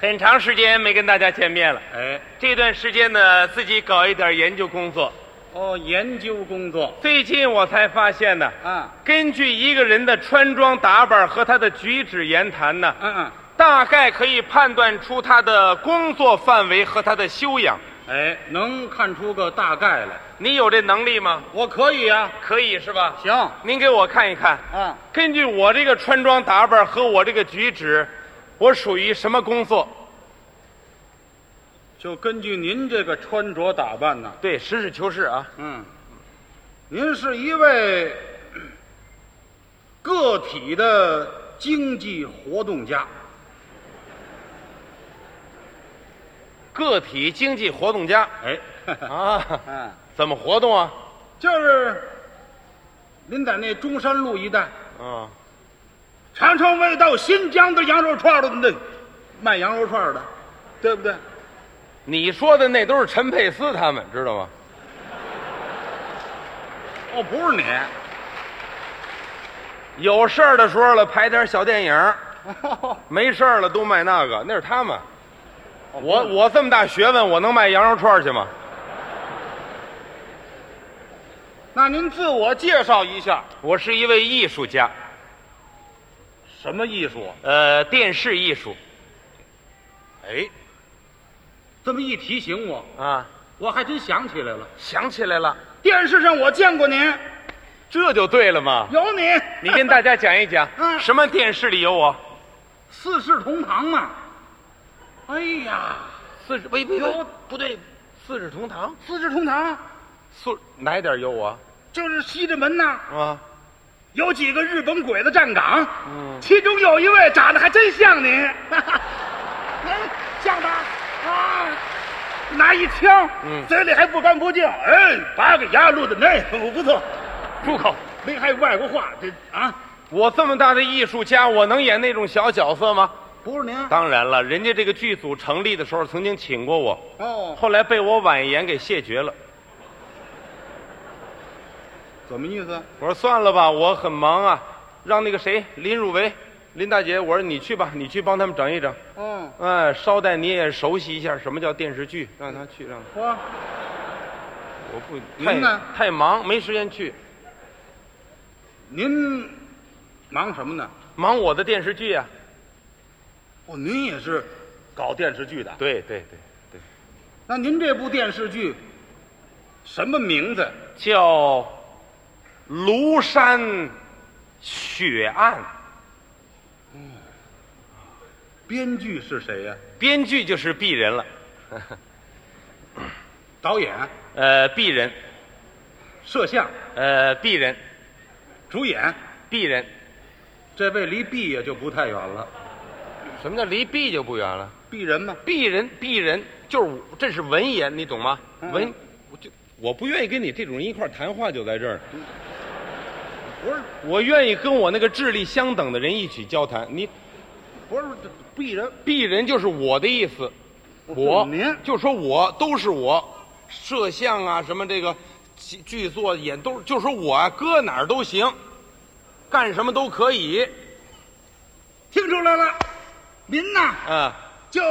很长时间没跟大家见面了。哎，这段时间呢，自己搞一点研究工作。哦，研究工作最近我才发现呢，啊，根据一个人的穿装打扮和他的举止言谈呢，嗯嗯，大概可以判断出他的工作范围和他的修养。哎，能看出个大概来。你有这能力吗？我可以啊，可以是吧？行您给我看一看，啊，根据我这个穿装打扮和我这个举止，我属于什么工作？就根据您这个穿着打扮呢，对，实事求是啊。嗯，您是一位个体的经济活动家， 个体经济活动家哎，啊，嗯，怎么活动啊？就是您在那中山路一带嗯，尝尝味道新疆的羊肉串的那卖羊肉串的，对不对？你说的那都是陈佩斯他们，知道吗？哦，不是你，有事儿的时候了拍点小电影， 哦、没事儿了都卖那个，那是他们。我我我我这么大学问，我能卖羊肉串去吗？那您自我介绍一下，我是一位艺术家，什么艺术？啊呃，电视艺术哎，这么一提醒我，啊，我还真想起来了，想起来了，电视上我见过您，这就对了嘛。有你， 你 跟大家讲一 讲，嗯什么电视里有我？四世同堂嘛。哎呀，四世喂喂喂，不对，四世同堂，四世同堂四哪点有我就是西直门呐，啊？有几个日本鬼子站岗，嗯其中有一位长得还真像您， 哎，像他啊，拿一枪，嗯嘴里还不干不净，哎，把个牙露在那， 不不错，住口！那还有外国话，这啊，我这么大的艺术家，我能演那种小角色吗？不是您当然了，人家这个剧组成立的时候曾经请过我，哦，后来被我婉言给谢绝了。怎么意思？我说算了吧，我很忙啊，让那个谁林汝为、林大姐，我说你去吧，你去帮他们整一整。哦，嗯，捎带你也熟悉一下什么叫电视剧，让他去，让他我我不您呢太太忙，没时间去，您忙什么呢？忙我的电视剧啊呀、哦，您也是搞电视剧的？对对对对，那您这部电视剧什么名字？叫《庐山血案》，编剧是谁呀、编剧就是鄙人了，导演、呃，鄙人，摄像、呃，鄙人，主演，鄙人，这位离毕业就不太远了。什么叫离鄙就不远了？鄙人吗？鄙人，鄙人，就是我这是文言，你懂吗？嗯文，我就我不愿意跟你这种人一块儿谈话，就在这儿。不是，我愿意跟我那个智力相等的人一起交谈。你不是，这鄙人鄙人就是我的意思，是我您就说我都是我，摄像啊什么这个剧剧作演都就说我啊搁哪儿都行，干什么都可以听出来了。您呐，啊。就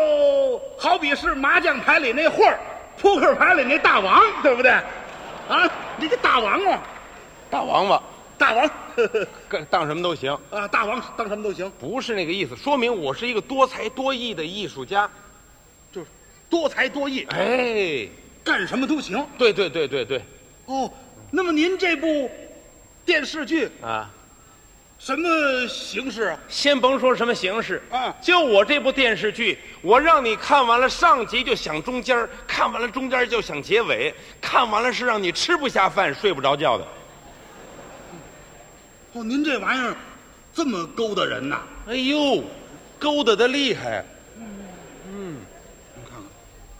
好比是麻将牌里那混儿，扑克牌里那大王，对不对？啊，你这大王啊，大王八大王 干当什么都行，啊，大王当什么都行，不是那个意思，说明我是一个多才多艺的艺术家。就是多才多艺，哎，干什么都行。对对对对对哦，那么您这部电视剧啊！什么形式啊？先甭说什么形式啊就我这部电视剧，我让你看完了上集就想中间儿，看完了中间儿就想结尾，看完了是让你吃不下饭、睡不着觉的。哦，您这玩意儿这么勾搭人呐？哎呦，勾搭的厉害，啊您看看，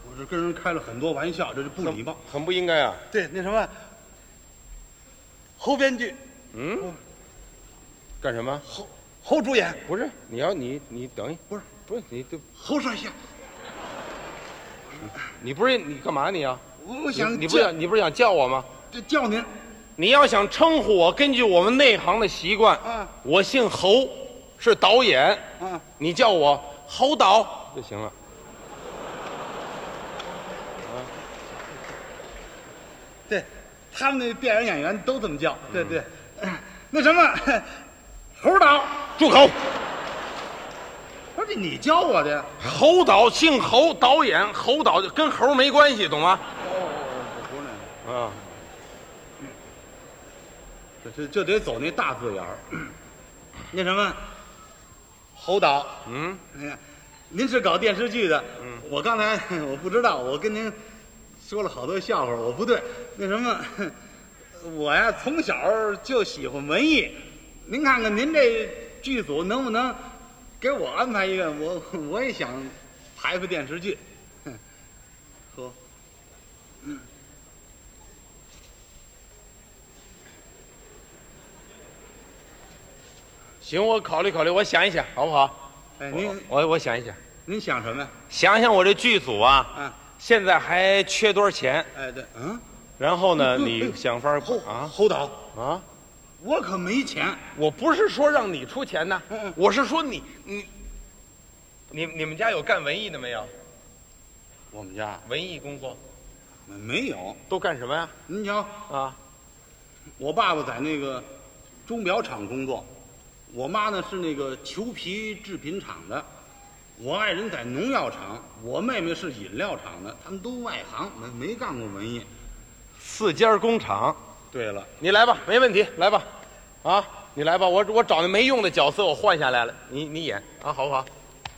我这跟人开了很多玩笑，这是不礼貌。很不应该啊！对，那什么，侯编剧、嗯，干什么？侯侯主演、不是，你要你你等一，不是不是你这侯帅下，你不是你干嘛你啊？我你我想你不想你不是想叫我吗？叫叫您你要想称呼我，根据我们内行的习惯，啊我姓侯，是导演，啊，你叫我侯导就行了。对，嗯他们那电影演员都这么叫，对对。那什么，猴导，住口！不是你教我的，侯导，姓侯，导演侯导就跟猴没关系，懂吗？哦啊，这这就得走那大字眼儿。 那什么，侯导，嗯，哎呀，您是搞电视剧的，我刚才我不知道，我跟您说了好多笑话，我不对。那什么，我呀从小就喜欢文艺，您看看您这剧组能不能给我安排一个？我我也想排排电视剧。呵，行，我考虑考虑，我想一想，好不好？哎，我您我我想一想，您想什么呀？想想我这剧组啊，啊，现在还缺多少钱？哎对，嗯，然后呢，嗯嗯你想法儿侯啊侯导，啊！我可没钱。我不是说让你出钱呢嗯嗯，我是说你你你你们家有干文艺的没有？我们家文艺工作没有。都干什么呀？您瞧，啊，我爸爸在那个钟表厂工作，我妈呢是那个裘皮制品厂的，我爱人在农药厂，我妹妹是饮料厂的，他们都外行，没没干过文艺。四家工厂。对了，你来吧，没问题，来吧，啊，你来吧，我我找那没用的角色我换下来了，你你演啊，好不好？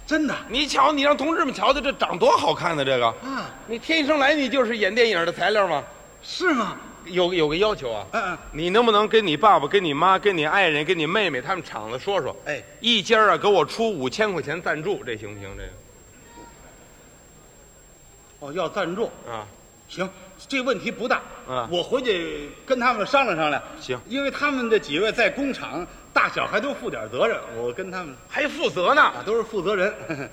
真的你瞧，你让同志们瞧瞧，这长多好看呢、这个，啊，你天生来你就是演电影的材料吗？是吗？有有个要求啊，嗯、嗯，你能不能跟你爸爸、跟你妈、跟你爱人、跟你妹妹他们厂子说说，哎，一家啊给我出五千块钱赞助，这行不行？这个哦，要赞助，啊，行，这问题不大。嗯我回去跟他们商量商量。行因为他们这几位在工厂大小还都负点责任，我跟他们还负责呢，啊都是负责人。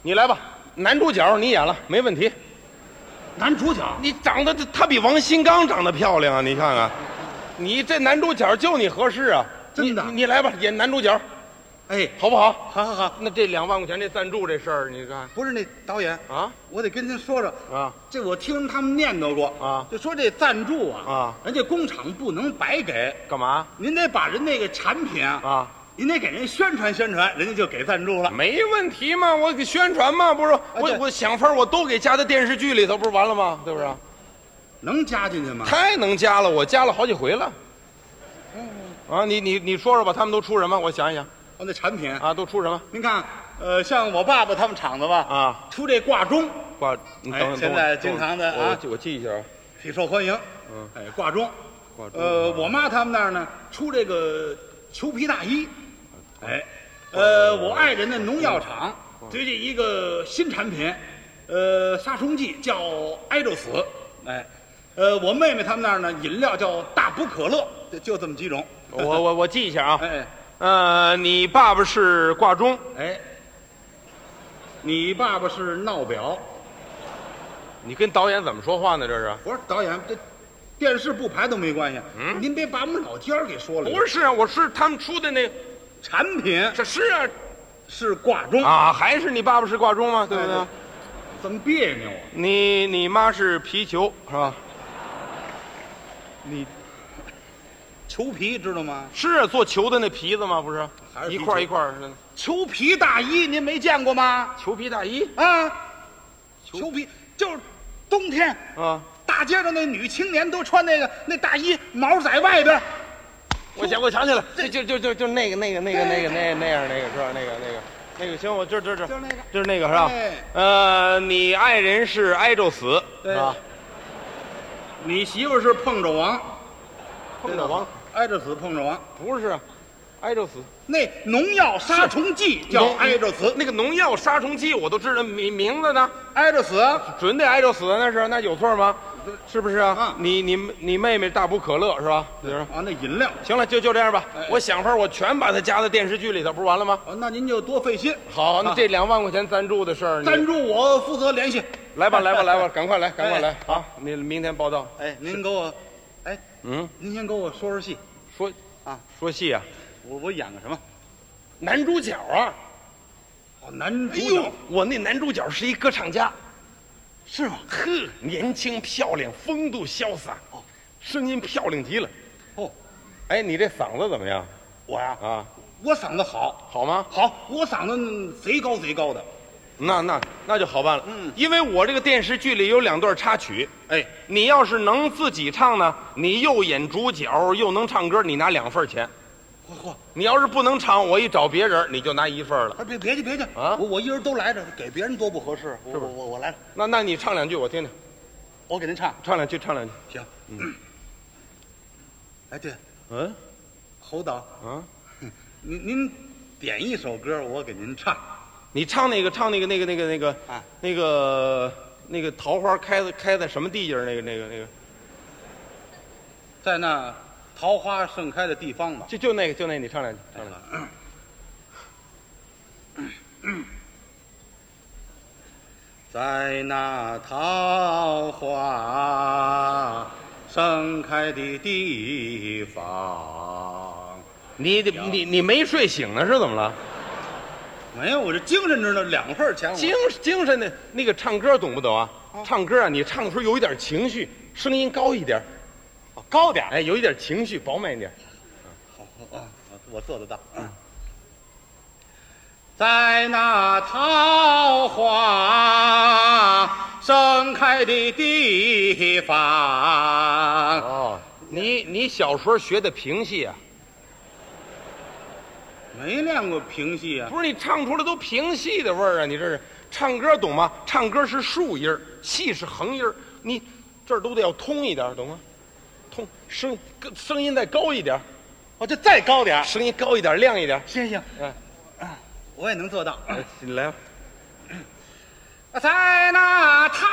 你来吧，男主角你演了没问题，男主角你长得她比王新刚长得漂亮啊！你看看，你这男主角就你合适啊！真的你你来吧，演男主角哎，好不好？好好好，那这两万块钱这赞助这事儿，你看不是那导演，啊我得跟您说说，啊，这我听他们念叨过啊就说这赞助啊啊，人家工厂不能白给，干嘛您得把人那个产品啊，啊？您得给人宣传宣传，人家就给赞助了。没问题嘛，我给宣传嘛，不是？我啊对我想法儿我都给加在电视剧里头，不是完了吗？对不是？能加进去吗？太能加了，我加了好几回了。啊，你你你说说吧，他们都出什么？我想一想哦哦，那产品，啊，都出什么您看，呃，像我爸爸他们厂子吧，啊？出这挂钟挂，你等哎等我，现在等我经常的我啊我我记一下啊。挺受欢迎，嗯，哎，挂钟。挂钟呃，我妈他们那儿呢出这个裘皮大衣，哎，呃，我爱人的农药厂最近一个新产品，呃，杀虫剂叫挨着死，哎，呃，我妹妹他们那儿呢饮料叫大补可乐，就就这么几种。我我我记一下啊。哎呃，你爸爸是挂钟，哎，你爸爸是闹表，你跟导演怎么说话呢？这是我说导演这电视不排都没关系，您别把我们老家儿给说了，嗯不是啊？我是他们出的那，产品这是啊是挂钟，啊，还是你爸爸是挂钟吗？对不对？哎怎么别扭啊？你你妈是皮球是吧？你裘皮知道吗？是啊做球的那皮子吗？不是还，是一皮块球一块儿的裘皮大衣您没见过吗？球皮大衣啊，裘皮就是冬天啊。大街上那女青年都穿那个那大衣，毛在外边，我想我想起来了，就就就就就那个那个那个那个那那样那个是吧？那个那个那个行，我这这这就是那个就是那个是吧哎？呃，你爱人是挨着死对是吧？你媳妇是碰着王，碰着王。挨着死，碰着王。不是，啊挨着死。那农药杀虫剂叫农挨着死，那个农药杀虫剂我都知道名名字呢，挨着死准得挨着死，那是那有错吗？是不是啊啊？你你你妹妹大补可乐是吧？就是啊，那饮料行了，就就这样吧哎哎。我想法儿，我全把它加到电视剧里头，不是完了吗？啊，那您就多费心。好，那啊这两万块钱赞助的事儿，你赞助我负责联系。来吧，来吧，来吧，赶 快来，赶快哎来啊！你明天报道。哎，您给我，哎，嗯，您先给我说说戏，说啊，说戏啊，我我演个什么？男主角啊，哦，男哎主呦角，我那男主角是一歌唱家，是吗？呵，年轻漂亮，风度潇洒。哦，声音漂亮极了。哦，哎，你这嗓子怎么样我呀、啊？我嗓子好，好吗？好，我嗓子贼高贼高的。那那那就好办了。嗯，因为我这个电视剧里有两段插曲，哎，你要是能自己唱呢，你又演主角又能唱歌，你拿两份钱；嚯嚯，你要是不能唱，我一找别人，你就拿一份了。哎别别去别去啊我我一人都来着，给别人多不合适。我是不我是我我来了，那那你唱两句我听听，我给您唱。唱两句，唱两句。行，哎对，嗯侯导，啊，您您点一首歌，我给您唱。你唱那个唱那个那个那个那个啊那个那个桃花开在开在什么地界儿那个那个那个，在那桃花盛开的地方吧。就就那个就那个，你唱两句，唱两句。 在那桃花盛开的地方，你得你你没睡醒呢是怎么了？没有，我这精神着呢，两份儿钱我。精精神的那个唱歌懂不懂啊？唱歌啊，你唱的时候有一点情绪，声音高一点，高点，哎，有一点情绪，饱满一点。好好啊，我做得到。在那桃花盛开的地方，哦，你你小时候学的评戏啊？没练过评戏啊。不是，你唱出来都评戏的味儿啊！你这是唱歌懂吗？唱歌是竖音儿，戏是横音儿，你这儿都得要通一点，懂吗？通声声音再高一点，我就再高点儿。声音高一点，亮一点。谢谢。嗯啊，我也能做到。哎你来吧，在那桃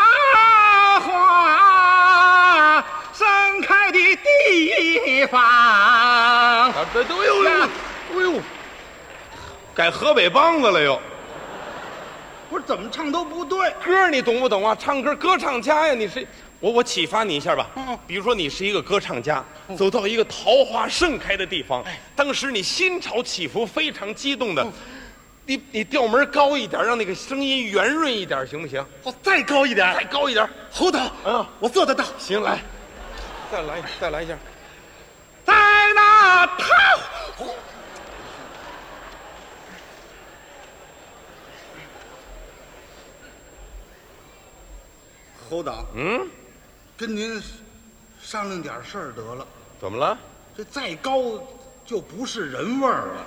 花盛开的地方，啊，这都有了，哎呦，改河北梆子了又。不是怎么唱都不对。歌你懂不懂啊？唱歌歌唱家呀，你是我我启发你一下吧。嗯比如说你是一个歌唱家，走到一个桃花盛开的地方，当时你心潮起伏，非常激动的，你你调门高一点，让那个声音圆润一点，行不行？我哦再高一再点，高一点，侯导，嗯我做得到。行，来，再来再来一下。在那桃花，侯导，嗯，跟您商量点事儿得了。怎么了？这再高就不是人味儿了。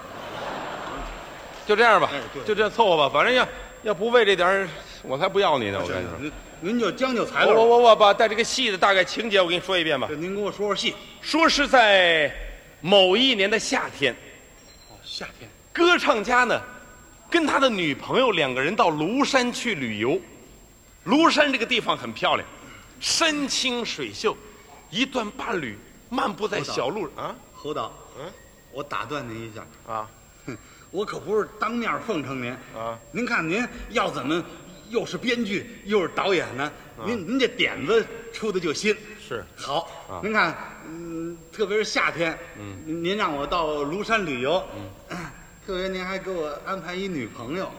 就这样吧哎对，就这样凑合吧。反正要要不为这点儿，我才不要你呢。我跟你说，您您就将就裁我了。我我我把带这个戏的大概情节我给你说一遍吧。这您给我说说戏。说是在某一年的夏天，哦，夏天歌唱家呢，跟他的女朋友两个人到庐山去旅游。庐山这个地方很漂亮，山清水秀，一段伴侣漫步在小路啊侯导，嗯，我打断您一下，啊哼，我可不是当面奉承您啊。您看您要怎么又是编剧又是导演呢？啊您您这点子出的就新。是好啊，您看，嗯，特别是夏天，嗯，您让我到庐山旅游，嗯，特别您还给我安排一女朋友。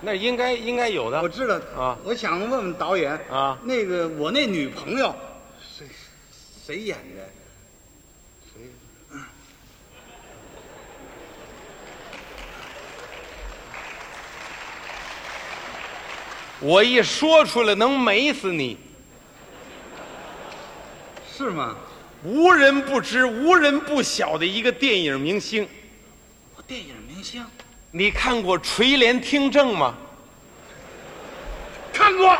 那应该应该有我的。知道啊我想问问导演啊那个我那女朋友谁谁演的？谁？我一说出来能美死你，是吗？无人不知、无人不晓的一个电影明星。我电影明星你看过《垂帘听政》吗？看过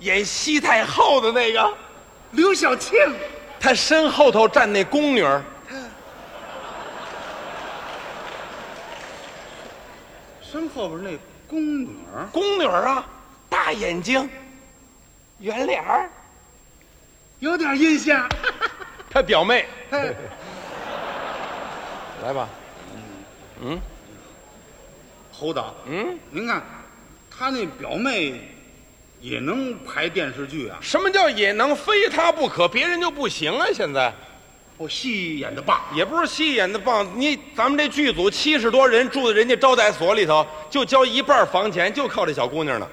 演西太后的那个。刘晓庆，他身后头站那宫女儿，身后边那宫女儿宫女儿啊，大眼睛，圆脸儿，有点印象。他表妹，哎，来吧，侯导，嗯，您看，他那表妹也能拍电视剧啊？什么叫也能非他不可，别人就不行啊？现在我哦戏演的棒，也不是戏演的棒，你咱们这剧组七十多人住在人家招待所里头，就交一半房钱，就靠这小姑娘呢。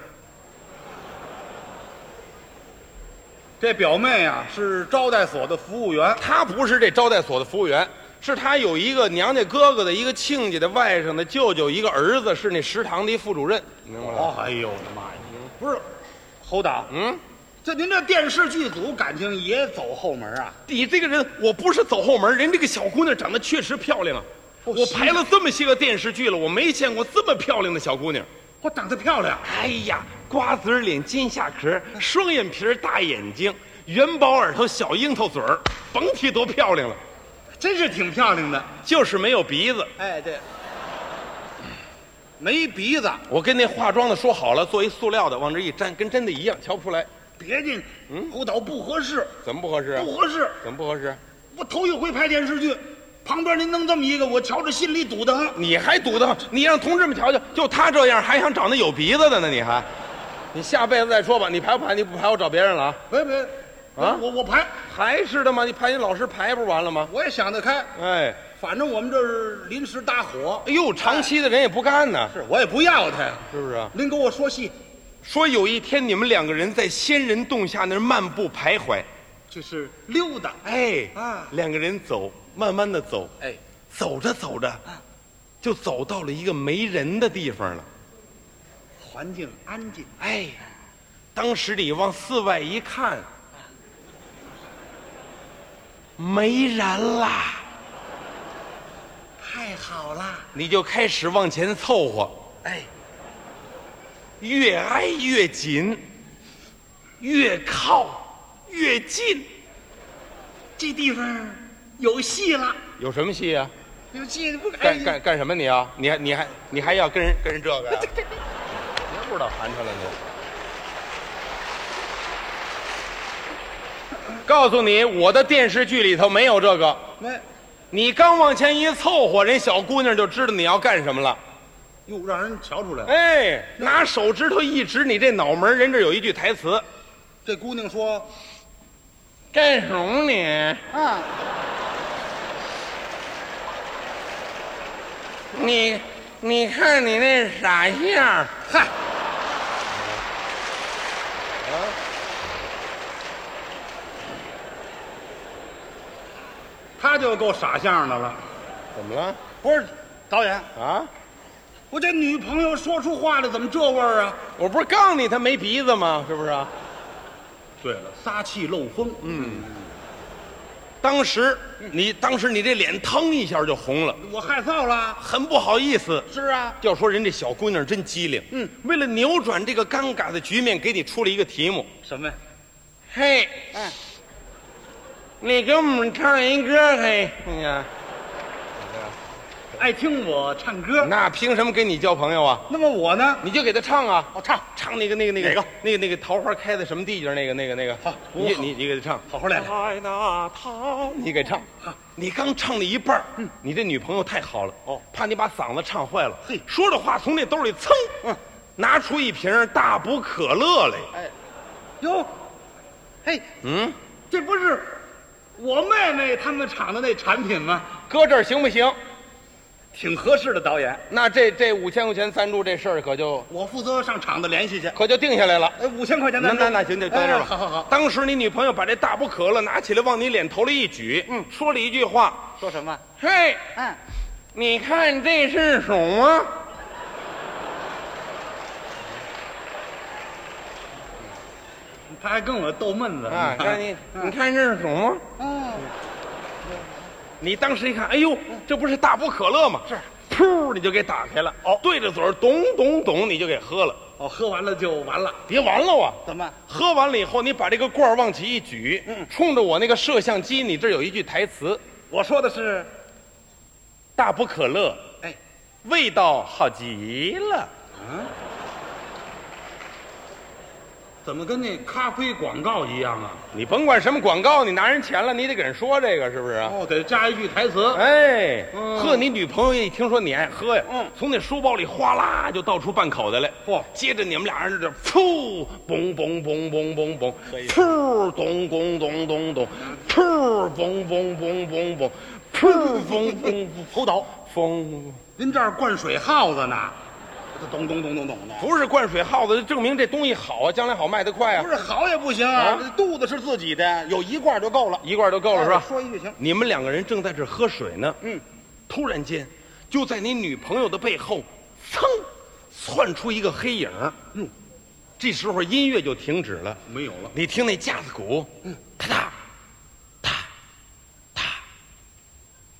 这表妹啊是招待所的服务员，他不是这招待所的服务员，是他有一个娘家哥哥的一个亲戚的外甥的舅舅一个儿子，是那食堂的一副主任，你明白吗？哦，哎呦我的妈呀！不是，侯导，嗯，这您这电视剧组感情也走后门啊？你这个人，我不是走后门，人这个小姑娘长得确实漂亮啊。哦我是拍了这么些个电视剧了，我没见过这么漂亮的小姑娘。我哦长得漂亮，哎呀，瓜子儿脸、金下壳，双眼皮儿、大眼睛，元宝耳朵、小樱桃嘴儿，甭提多漂亮了，真是挺漂亮的。就是没有鼻子。哎，对，没鼻子，我跟那化妆的说好了，做一塑料的，往这一粘，跟真的一样，瞧不出来。别介，侯导不合适，怎么不合适啊？不合适。怎么不合适？啊我头一回拍电视剧，旁边您弄这么一个，我瞧着心里堵得慌。你还堵得慌？你让同志们瞧瞧，就他这样还想找那有鼻子的呢？你还，你下辈子再说吧。你排不排？你不排，我找别人了啊。别别，啊我我排，还是的吗？你排你老师排不完了吗？我也想得开，哎，反正我们这是临时搭伙，哎呦，长期的人也不干呢，是我也不要他呀。是不是啊？您跟我说戏，说有一天你们两个人在仙人洞下那儿漫步徘徊，就是溜达，哎，啊两个人走，慢慢的走，哎，走着走着，就走到了一个没人的地方了。环境安静，哎，当时你往寺外一看，没人啦，太好啦！你就开始往前凑合，哎，越挨越紧，越靠越近。这地方有戏了，有什么戏啊？有戏不哎干干干什么你啊？你还你还你还要跟人跟人这个、 呀？别不知道寒碜了你。告诉你，我的电视剧里头没有这个。那你刚往前一凑合，人小姑娘就知道你要干什么了。又让人瞧出来了。哎，拿手指头一指你这脑门儿，人这有一句台词这姑娘说：“干什么你？啊，你你看你那傻样儿嗨，啊他就够傻相的了。怎么了不是导演，啊？我这女朋友说出话来怎么这味儿啊？我不是告诉你他没鼻子吗？是不是啊？对了，撒气漏风。嗯，当时你当时你这脸腾一下就红了，我害臊了。很不好意思。是啊，要说人这小姑娘真机灵，嗯，为了扭转这个尴尬的局面，给你出了一个题目。什么呀？嘿，哎，你给我们唱一歌嘿，你看，爱听我唱歌。那凭什么跟你交朋友啊？那么我呢？你就给他唱啊，我唱，唱那个那个那个哪个那个那个桃花开在什么地方那个那个那个，好你我好你你给他唱，好好来来。开那桃，你给唱。你刚唱了一半儿你这女朋友太好了哦，怕你把嗓子唱坏了。嘿说着话从那兜里噌，拿出一瓶大补可乐来。哟，嘿，嗯，这不是我妹妹他们厂的那产品吗？搁这儿行不行？挺合适的，导演，那这这五千块钱赞助这事儿可就我负责上厂子联系去。可就定下来了。哎，五千块钱那咱那那行，就到这儿吧。哎好好好，当时你女朋友把这大补可乐拿起来往你脸头里一举，嗯，说了一句话说什么？：“嘿，嗯，你看这是什么？”他还跟我逗闷子啊，看 你，你看这是什么？嗯，你当时一看，哎呦，这不是大补可乐吗？是，噗，你就给打开了，哦，对着嘴儿咚咚咚，你就给喝了，哦，喝完了就完了。别完了啊！怎么？喝完了以后，你把这个罐儿往起一举，冲着我那个摄像机，你这儿有一句台词我说的是，：“大补可乐，哎，味道好极了。啊，怎么跟那咖啡广告一样啊？”你甭管什么广告，你拿人钱了，你得给人说这个是不是啊？哦，得加一句台词。哎，嗯呵，你女朋友一听说你爱喝呀，嗯从那书包里哗啦就倒出半口袋来，嚯接着你们俩人就噗，嘣嘣嘣嘣嘣嘣，噗，咚咚咚咚咚，噗，嘣嘣嘣嘣嘣，噗，嘣嘣嘣，头倒，风，您这儿灌水耗子呢？咚咚咚咚咚的。不是灌水耗子，就证明这东西好啊，将来好卖得快啊不，是好也不行啊，啊肚子是自己的，有一罐就够了。哎一罐都够了是吧？说一句行。你们两个人正在这儿喝水呢，嗯，突然间，就在你女朋友的背后，噌，窜出一个黑影儿。哟这时候音乐就停止了，没有了。你听那架子鼓，哒哒，哒，哒，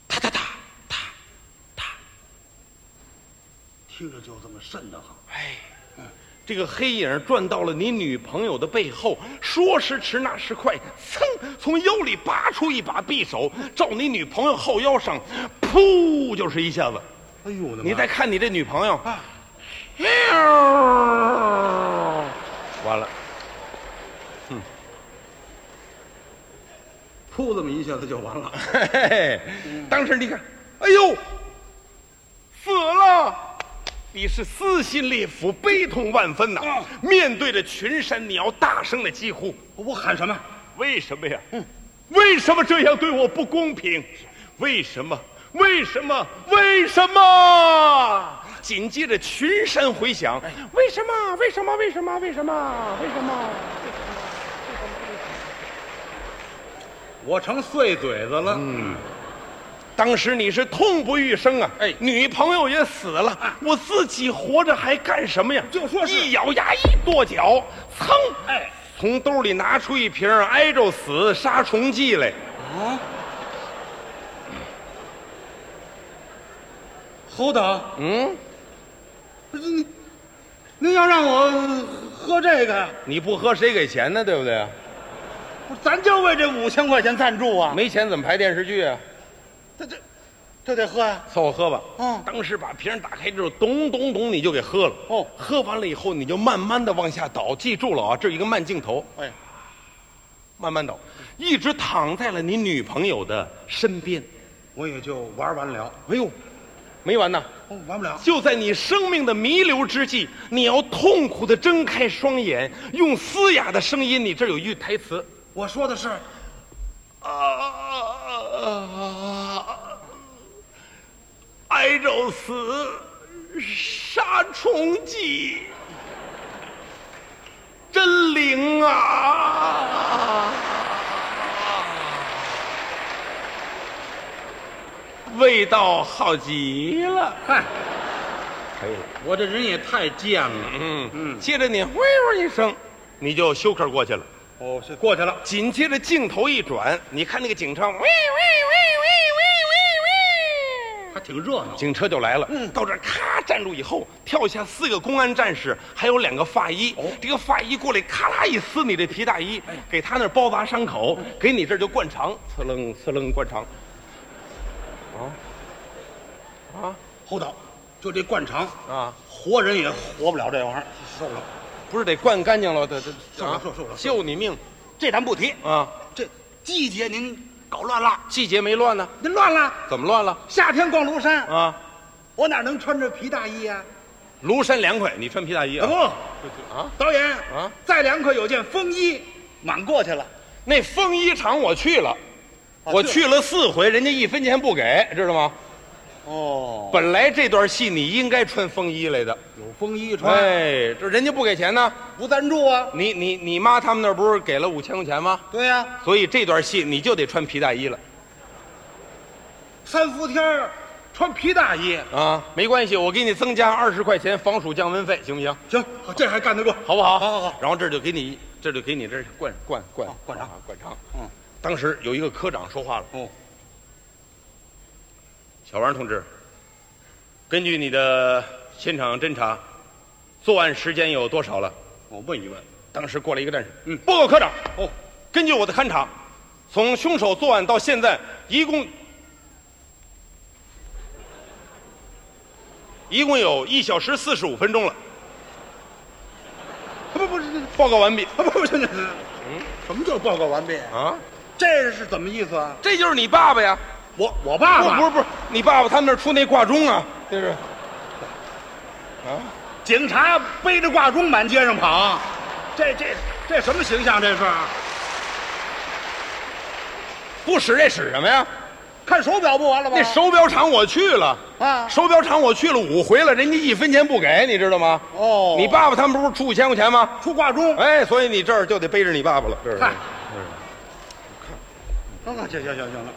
哒哒哒哒哒。听着就这么瘆得慌。哎，这个黑影转到了你女朋友的背后，说时迟，那时快，噌，从腰里拔出一把匕首，照你女朋友后腰上，噗，就是一下子。哎呦我的妈！你再看你这女朋友，啊完了，噗这么一下子就完了。嘿嘿嘿，当时你看，哎呦，死了。你是撕心裂腹、悲痛万分呐、啊面对着群山，你要大声的疾呼：“我喊什么？为什么呀？为什么这样对我不公平？为什么？为什么？为什么？紧接着群山回响，为什么？为什么？为什么？为什么？为什么？我成碎嘴子了。嗯，当时你是痛不欲生啊！哎啊女朋友也死了，我自己活着还干什么呀？就说是一咬牙，一跺脚，噌，哎，从兜里拿出一瓶挨着死杀虫剂来。啊，侯导，嗯，不是你，您要让我喝这个，你不喝谁给钱呢？对不啊对？不是咱就为这五千块钱赞助啊？没钱怎么拍电视剧啊？这这，这得喝呀、凑合喝吧。嗯当时把瓶儿打开之后，咚咚咚，你就给喝了。哦喝完了以后，你就慢慢的往下倒，记住了啊，这是一个慢镜头，哎，慢慢倒，一直躺在了你女朋友的身边。我也就玩完了，哎呦，没完呐！哦，玩不了。就在你生命的弥留之际，你要痛苦的睁开双眼，用嘶哑的声音，你这儿有一句台词我说的是，啊啊，挨着死，杀虫剂，真灵啊！味道好极了，嗨，可以了。我这人也太贱了。嗯嗯，嗯接着你呼一声，你就休克过去了。哦，是过去了。紧接着镜头一转，你看那个警车，喂喂喂喂喂喂，还挺热闹。警车就来了。到这儿咔站住以后，跳下四个公安战士，还有两个法医。哦这个法医过来，咔啦一撕你这皮大衣，给他那儿包扎伤口，给你这儿就灌肠，刺楞刺楞灌肠。啊侯导，就这灌肠，啊啊！活人也活不了这玩意儿，受不了。不是得灌干净了，这这受不了受不了受不了救你命这咱不提，啊！这季节您搞乱了，季节没乱呢，您乱了。怎么乱了夏天逛庐山，啊？我哪能穿着皮大衣啊呀、庐山凉快，你穿皮大衣啊？啊？不，啊，导演啊，再凉快有件风衣，满过去了。那风衣厂我去了，啊我去了四回，人家一分钱不给，知道吗？哦，本来这段戏你应该穿风衣来的，有风衣穿，哎，这人家不给钱呢。不赞助啊？你你你妈他们那儿不是给了五千块钱吗？对呀、所以这段戏你就得穿皮大衣了三伏天儿穿皮大衣，啊！没关系，我给你增加二十块钱防暑降温费，行不行？行，好这还干得过。好不好？好好好。然后这儿就给你，这儿就给你这儿灌灌灌好灌肠啊灌肠。嗯，当时有一个科长说话了。哦，小王同志，根据你的现场侦查，作案时间有多少了？我问一问。当时过来一个战士，嗯报告科长，哦，根据我的勘查，从凶手作案到现在，一共一共有一小时四十五分钟了。不不是，报告完毕。不不是，嗯，什么叫报告完毕？啊，这是怎么意思啊？这就是你爸爸呀？我我爸不爸不是不是，你爸爸他们那儿出那挂钟啊？这是警察背着挂钟满街上跑，这这这什么形象？这是不使这使什么呀？看手表不完了吗？那手表厂我去了，啊，手表厂我去了五回了，人家一分钱不给，你知道吗？哦，你爸爸他们不是出五千块钱吗？出挂钟，哎，所以你这儿就得背着你爸爸了。这嗨儿，行啊行行行行了，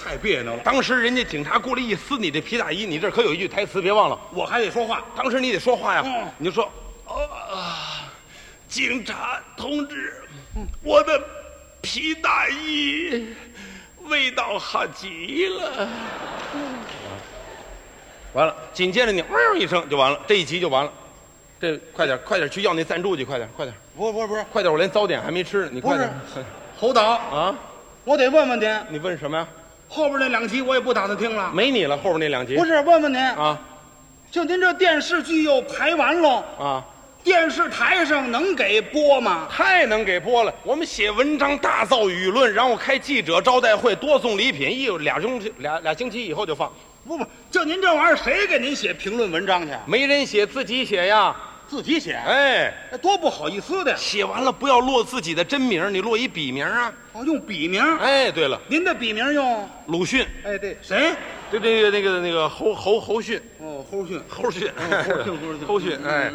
太别扭了，当时人家警察过来一撕你这皮大衣，你这儿可有一句台词，别忘了，我还得说话。当时你得说话呀，嗯你就说，哦啊，警察同志，我的皮大衣味道好极了。完了，紧接着你嗷、一声就完了，这一集就完了。这快点，快点去要那赞助去，快点，快点，不是不是不是快点！我连早点还没吃呢，你快不是点。侯导， 啊，我得问问您，你问什么呀？后边那两集我也不打算听了。没你了，后边那两集。不是，问问您，啊就您这电视剧又排完喽，啊，电视台上能给播吗？太能给播了！我们写文章大造舆论，然后开记者招待会，多送礼品，一俩星期俩俩星期以后就放。不不，就您这玩意儿，谁给您写评论文章去？没人写，自己写呀。自己写，哎，多不好意思的呀！写完了不要落自己的真名，你落一笔名啊。哦，用笔名，哎，对了，您的笔名用？鲁迅，哎，对，谁？对对对，那个那个侯侯侯迅，哦，侯迅。 侯迅，嗯侯迅侯迅侯迅嗯，哎。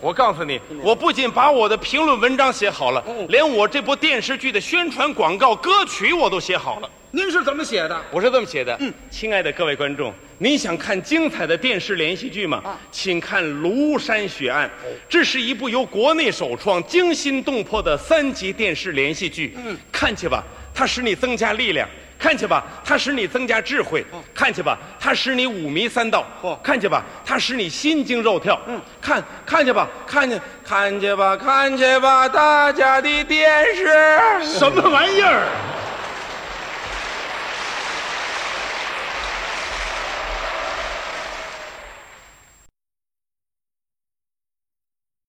我告诉你，我不仅把我的评论文章写好了哦，连我这部电视剧的宣传广告、歌曲我都写好了。您是怎么写的？我是这么写的，亲爱的各位观众，您想看精彩的电视连续剧吗？请看《庐山血案》，这是一部由国内首创、惊心动魄的三级电视连续剧。看去吧，它使你增加力量；看去吧，它使你增加智慧；看去吧，它使你五迷三道；嚯看去吧，它使你心惊肉跳。看看去吧，看去看去吧，看去吧，大家的电视。 什么玩意儿？